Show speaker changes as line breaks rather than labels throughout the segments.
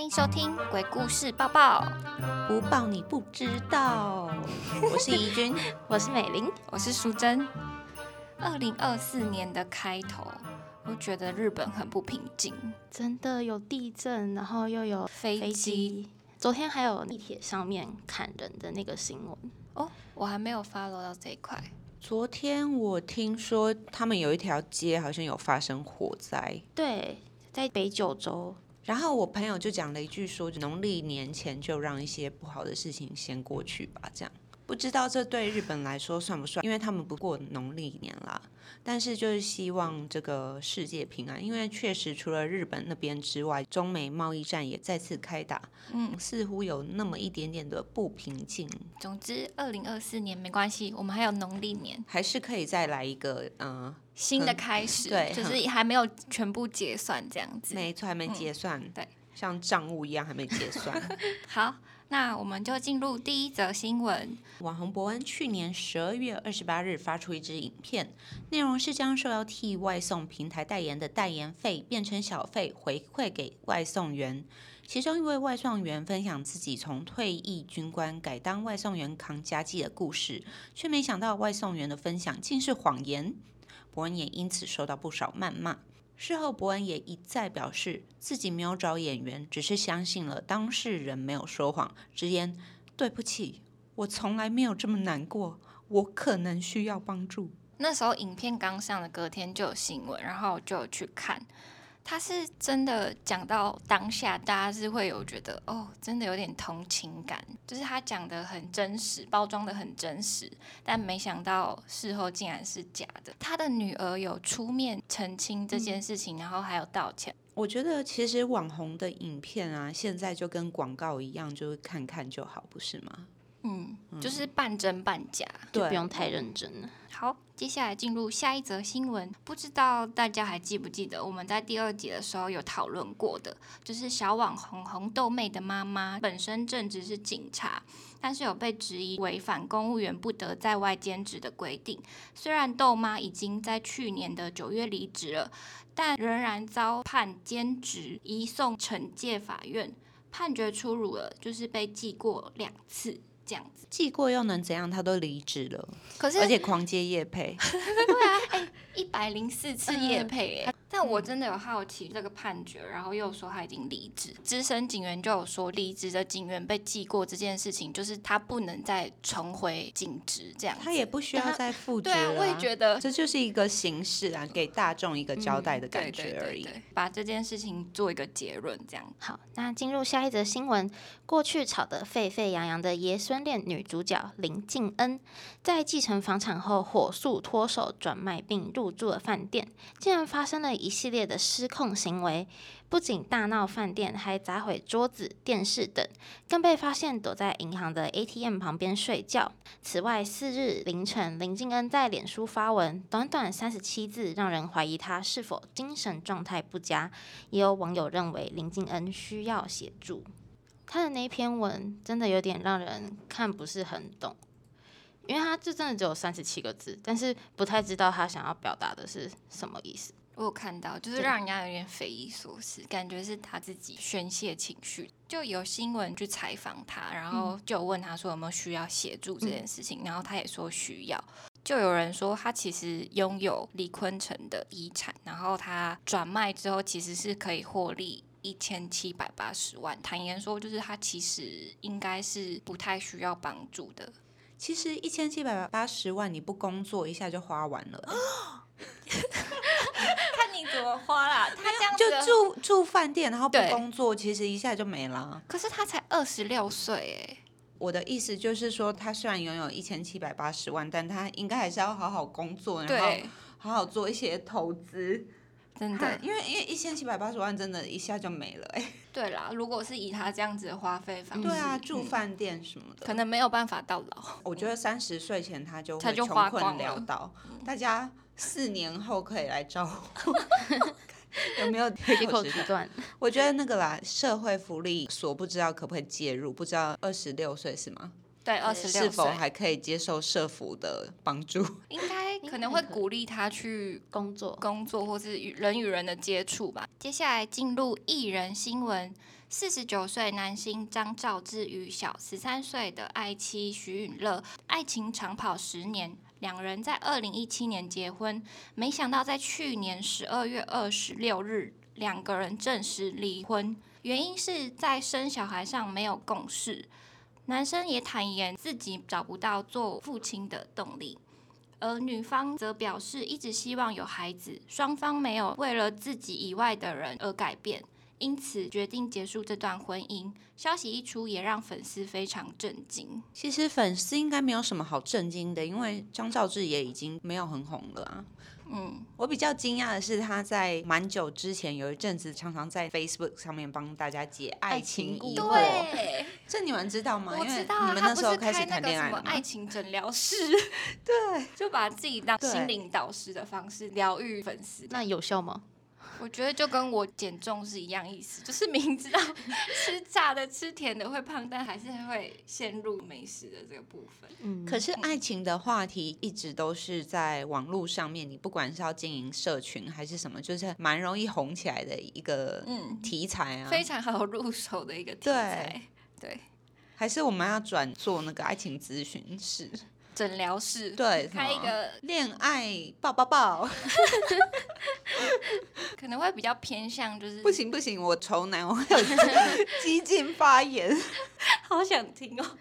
迎收听《鬼故事抱抱》，
不报你不知道。我是怡君，
我是美玲，我是淑珍。二零二四年的开头，我觉得日本很不平静，
真的有地震，然后又有
飞
飞
机
机，昨天还有地铁上面砍人的那个新闻，
哦，我还没有 follow 到这一块。
昨天我听说他们有一条街好像有发生火灾，
对，在北九州，
然后我朋友就讲了一句说，农历年前就让一些不好的事情先过去吧，这样。不知道这对日本来说算不算，因为他们不过农历年啦。但是就是希望这个世界平安，因为确实除了日本那边之外，中美贸易战也再次开打，嗯，似乎有那么一点点的不平静，
总之，二零二四年没关系，我们还有农历年，
还是可以再来一个，嗯、
新的开始，
对
就是还没有全部结算这样子。
没错，还没结算，
对，
像账务一样还没结算。
好，那我们就进入第一则新闻。
网红伯恩去年十二月二十八日发出一支影片，内容是将受邀替外送平台代言的代言费变成小费回馈给外送员。其中一位外送员分享自己从退役军官改当外送员扛家计的故事，却没想到外送员的分享竟是谎言。伯恩也因此受到不少谩骂。事后，伯恩也一再表示自己没有找演员，只是相信了当事人没有说谎，直言对不起，我从来没有这么难过，我可能需要帮助。
那时候影片刚上的隔天就有新闻，然后我就有去看。他是真的讲到当下，大家是会有觉得哦，真的有点同情感，就是他讲的很真实，包装的很真实，但没想到事后竟然是假的。他的女儿有出面澄清这件事情，然后还有道歉。
我觉得其实网红的影片啊，现在就跟广告一样，就是看看就好，不是吗？
嗯，就是半真半假。
就
对
不用太认真了。
好，接下来进入下一则新闻。不知道大家还记不记得，我们在第二集的时候有讨论过的，就是小网红红豆妹的妈妈本身正职是警察，但是有被质疑违反公务员不得在外兼职的规定。虽然豆妈已经在去年的九月离职了，但仍然遭判兼职，移送惩戒法院，判决出炉了，就是被记过两次这样子。
记过又能怎样？他都离职了，
可是
而且狂接夜配。啊
哎一百零四次
嗯
夜配、欸，但我真的有好奇这个判决，然后又说他已经离职。资深警员就有说，离职的警员被记过这件事情，就是他不能再重回警职这样子。
他也不需要再复职
对啊，
了
我也觉得
这就是一个形式啊，给大众一个交代的感觉而已。
对对对对把这件事情做一个结论，这样。
好，那进入下一则新闻。过去吵得沸沸扬扬的爷孙恋女主角林静恩，在继承房产后火速脱手转卖并入住了饭店，竟然发生了一系列的失控行为，不仅大闹饭店，还砸毁桌子、电视等，更被发现躲在银行的 ATM 旁边睡觉。此外，四日凌晨，林静恩在脸书发文，短短三十七字，让人怀疑她是否精神状态不佳。也有网友认为林敬恩需要协助。他的那一篇文真的有点让人看不是很懂，因为他就真的只有三十七个字，但是不太知道他想要表达的是什么意思。
我有看到，就是
对
让人家有点匪夷所思，感觉是他自己宣泄情绪。就有新闻去采访他，然后就有问他说有没有需要协助这件事情，然后他也说需要。就有人说他其实拥有李坤城的遗产，然后他转卖之后其实是可以获利。一千七百八十万，坦言说，就是他其实应该是不太需要帮助的，
其实一千七百八十万你不工作一下就花完了欸、
看你怎么花啦。他这样
就住住饭店，然后不
对
工作，其实一下就没了。啊
可是他才二十六岁哎，
我的意思就是说，他虽然拥有一千七百八十万，但他应该还是要好好工作，然后
对，
好好做一些投资。
真
他
的，
因为因为一千七百八十万真的一下就没了、哎，
对啦，如果是以他这样子的花费方式，
对啊，
嗯
住饭店什么的，
可能没有办法到老。
我觉得三十岁前他就
他
会
就
穷
花
困
光
潦
了
倒， 大家四年后可以来找我。 有没有铁
一口直断，
我觉得那个啦，社会福利所不知道可不可以介入，不知道二十六岁是吗？
对，二十
是
六
否
岁
还可以接受社服的帮助？
应该
应
可
该
能
还
会鼓励他去
工作。
工作或是与人与人的接触吧。接下来进入艺人新闻，四十九岁男星张兆志与小十三岁的爱妻徐允乐，爱情长跑十年。两人在二零一七年结婚，没想到在去年十二月二十六日，两个人正式离婚，原因是在生小孩上没有共识。男生也坦言自己找不到做父亲的动力。而女方则表示一直希望有孩子，双方没有为了自己以外的人而改变，因此决定结束这段婚姻。消息一出，也让粉丝非常震惊。
其实粉丝应该没有什么好震惊的，因为张兆志也已经没有很红了啊。
嗯，
我比较惊讶的是，他在蛮久之前有一阵子常常在 Facebook 上面帮大家解爱情疑
疑
惑，
对，
这你们知道吗？
我
哦因为
知道
你
啊，
们
他
那
不
时候
是
开始
开那
谈
个
恋
什
爱
么
了
爱
吗？
情诊疗 室，对，就把自己当
对
心灵导师的方式疗愈粉丝。
那有效吗？
我觉得就跟我减重是一样意思，就是明知道吃炸的、吃甜的会胖，但还是会陷入美食的这个部分。
嗯，
可是爱情的话题一直都是在网络上面，你不管是要经营社群还是什么，就是蛮容易红起来的一个
嗯，
题材啊。
非常好入手的一个题材。对，
还是我们要转做那个爱情咨询室，
诊疗室，
对
开一个
恋爱抱抱抱，
可能会比较偏向就是
不，行不行，我愁男，我 会有激进发言。
好想听哦。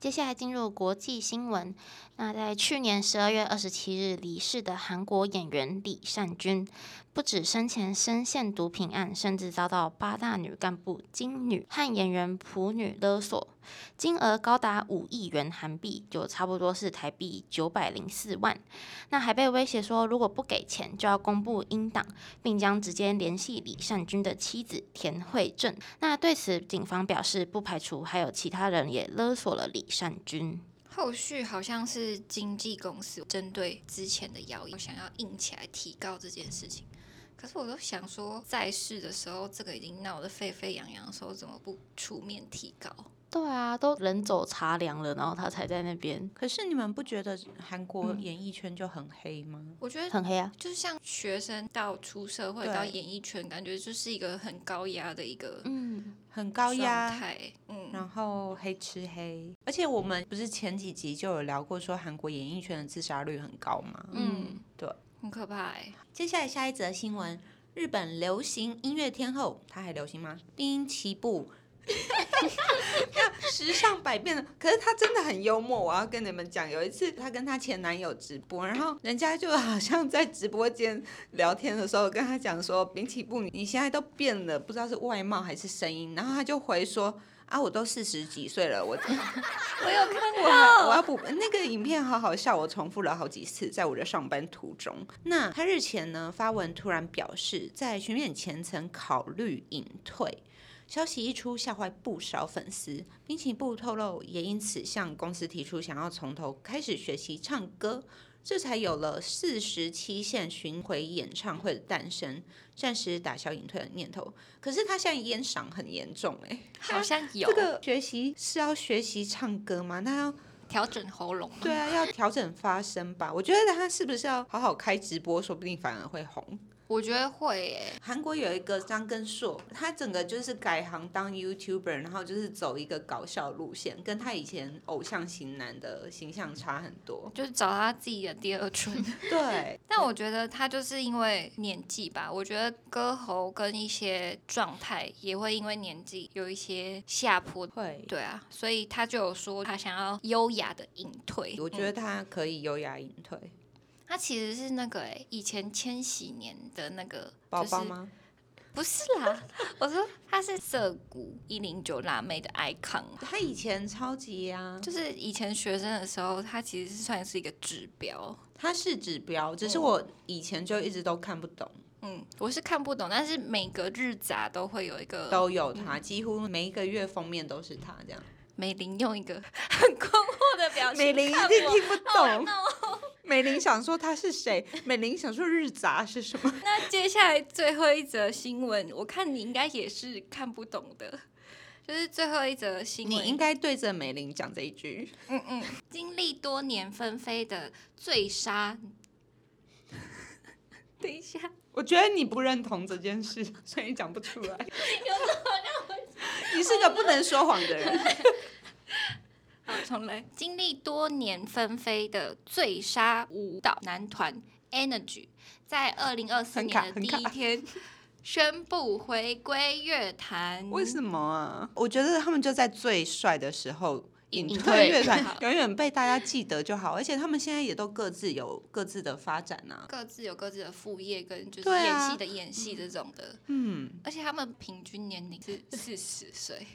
接下来进入国际新闻。那在去年十二月二十七日离世的韩国演员李善均，不止生前深陷毒品案，甚至遭到八大女干部金女和演员朴女勒索，金额高达五亿元韩币，就差不多是台币九百零四万。那还被威胁说，如果不给钱，就要公布英党，并将直接联系李善均的妻子田惠正。那对此，警方表示不排除还有其他人也勒索了李善均。
后续好像是经纪公司针对之前的谣言，想要硬起来提告这件事情。可是我都想说，在世的时候，这个已经闹得沸沸扬扬的时候，怎么不出面提告？
对啊，都人走茶凉了，然后他才在那边
可是你们不觉得韩国
嗯
演艺圈就很黑吗？
我觉得。
很黑啊。
就是像学生到出社会
对
到演艺圈，感觉就是一个很高压的一个
嗯，
很高
状
压，
态，嗯，
然后黑吃黑。而且我们不是前几集就有聊过，说韩国演艺圈的自杀率很高吗？
嗯，
对，
很可怕哎、
接下来下一则新闻，日本流行音乐天后，她还流行吗？滨崎步。那时尚百变的，可是她真的很幽默。我要跟你们讲，有一次她跟她前男友直播，然后人家就好像在直播间聊天的时候跟她讲说：“滨崎步，你现在都变了，不知道是外貌还是声音。”然后她就回说：“啊，我都四十几岁了，我
我有看
我还我要补那个影片，好好笑，我重复了好几次，在我的上班途中。那他日前呢发文突然表示，在巡演前曾考虑隐退。消息一出，吓坏不少粉丝。滨崎步透露，也因此向公司提出想要从头开始学习唱歌，这才有了四十七线巡回演唱会的诞生，暂时打消隐退的念头。可是他现在烟嗓很严重、欸，
好像有
这个学习是要学习唱歌吗？那要
调整喉咙，
对啊，要调整发声吧。我觉得他是不是要好好开直播，说不定反而会红。
我觉得会耶、。
韩国有一个张根硕，他整个就是改行当 YouTuber，然后就是走一个搞笑路线，跟他以前偶像型男的形象差很多
就是找他自己的第二 春。
对，
但我觉得他就是因为年纪吧，我觉得歌喉跟一些状态也会因为年纪有一些下坡。
会。
对啊，所以他就有说他想要优雅的隐退。
我觉
嗯
得他可以优雅隐退，
他其实是那个哎、以前千禧年的那个
宝
就是
宝吗？
不是啦， 我说他是涩谷一零九辣妹的 icon，
他以前超级啊，
就是以前学生的时候，他其实是算是一个指标。
他是指标，只是我以前就一直都看不懂，
嗯，我是看不懂，但是每个日杂都会有一个
都有他，几乎每一个月封面都是他这样。
美玲用一个很困惑的表情
美玲一
看
定
我。
听不懂。美玲想说他是谁？美玲想说日杂是什么？
那接下来最后一则新闻，我看你应该也是看不懂的。就是最后一则新
你
闻，
应该对着美玲讲这一句。
嗯嗯，经历多年纷飞的醉杀。 等一下，
我觉得你不认同这件事，所以你讲不出来。 你是个不能说谎的人。
好，重来。经历多年纷飞的醉杀舞蹈男团 Energy，在二零二四
很卡
年的第
很
一
卡
天宣布回归乐坛。
为什么啊？我觉得他们就在最帅的时候
隐
隐
隐
退
退
乐团
好，
永远被大家记得就好。而且他们现在也都各自有各自的发展啊。
各自有各自的副业，跟就是
对啊
演戏的演戏这种的，
嗯，
而且他们平均年龄是四十岁。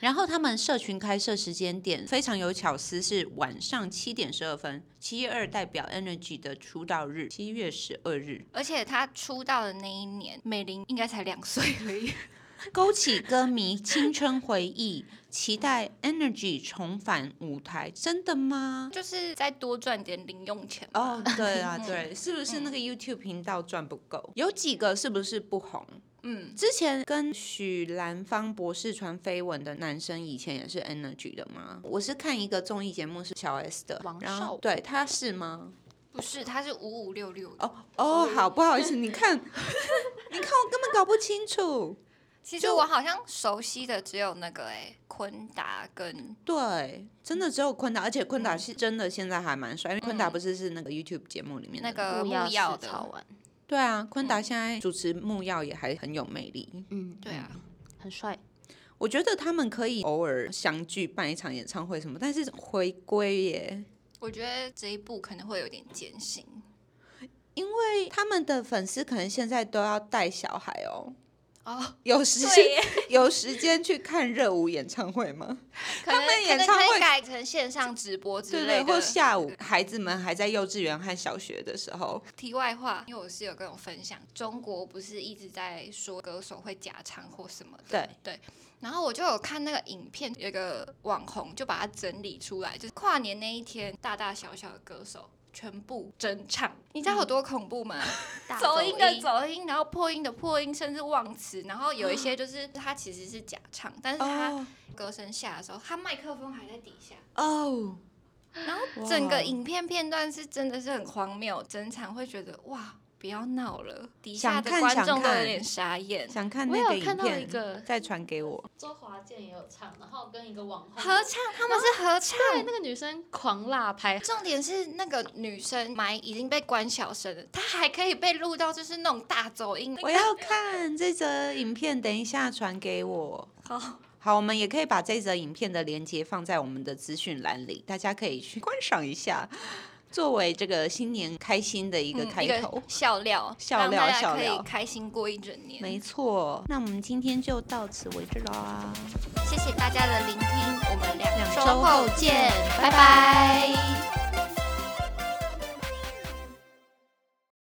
然后他们社群开设时间点非常有巧思，是晚上七点十二分。七月二代表 Energy 的出道日，七月十二日，
而且他出道的那一年，美玲应该才两岁而已。
勾起歌迷青春回忆，期待 Energy 重返舞台。真的吗？
就是再多赚点零用钱吧
哦，对啊，对，是不是那
嗯
个 YouTube 频道赚不够？有几个是不是不红？
嗯，
之前跟许兰芳博士传绯闻的男生，以前也是 Energy 的吗？我是看一个综艺节目是小 S 的，
王
然后
少
对他是吗？
不是，他是五五六六的。
哦哦，好，不好意思，你看， 你看我根本搞不清楚。
其实我好像熟悉的只有那个哎、昆达跟
对，真的只有昆达，而且昆
嗯
达是真的现在还蛮帅，因为昆达不是是那个 YouTube 节目里面的
那个嗯
不
木
要
曜
是
的
草丸，
对啊，昆达现在主持木曜也还很有魅力。
嗯，
对啊，
很帅。
我觉得他们可以偶尔相聚办一场演唱会什么，但是回归耶，
我觉得这一部可能会有点艰辛。
因为他们的粉丝可能现在都要带小孩哦，
哦，
有时
对
间
耶，
有时间去看热舞演唱会吗？
可能
他们演
可能
唱会
可以改成线上直播之
对
类
对，
的
或。下午孩子们还在幼稚园和小学的时候，
题外话，因为我室友跟我分享，中国不是一直在说歌手会假唱或什么的，
对
然后我就有看那个影片，有一个网红就把它整理出来，就是跨年那一天，大大小小的歌手全部真唱，你知道有多恐怖吗？
大
走音
音
的，走音，然后破音的破音，甚至忘词，然后有一些就是他其实是假唱，但是他
啊哦
歌声下的时候，他麦克风还在底下，
哦，
然后整
哇
个影片片段是真的是很荒谬，整场会觉得哇，不要闹了，底下
想
的
看
观
想
众都有
看
点傻眼。
想看
我
那个
有
影
看到一
片，
个
再传给我。
周华健也有唱，然后跟一个网红
合唱，他们是合唱。
对，那个女生狂辣拍，
重点是那个女生埋已经被关小声了，她还可以被录到就是那种大走音。
我要看这则影片，等一下传给我。
好，
好，我们也可以把这则影片的连接放在我们的资讯栏里，大家可以去观赏一下，作为这个新年开心的一个
嗯
开
一个
头。
笑料，
笑
让
料
大家
笑
可
料
以开心过一整年。
没错，那我们今天就到此为止啦。
谢谢大家的聆听，我们两
两
周
周
后
后
见
见，
拜拜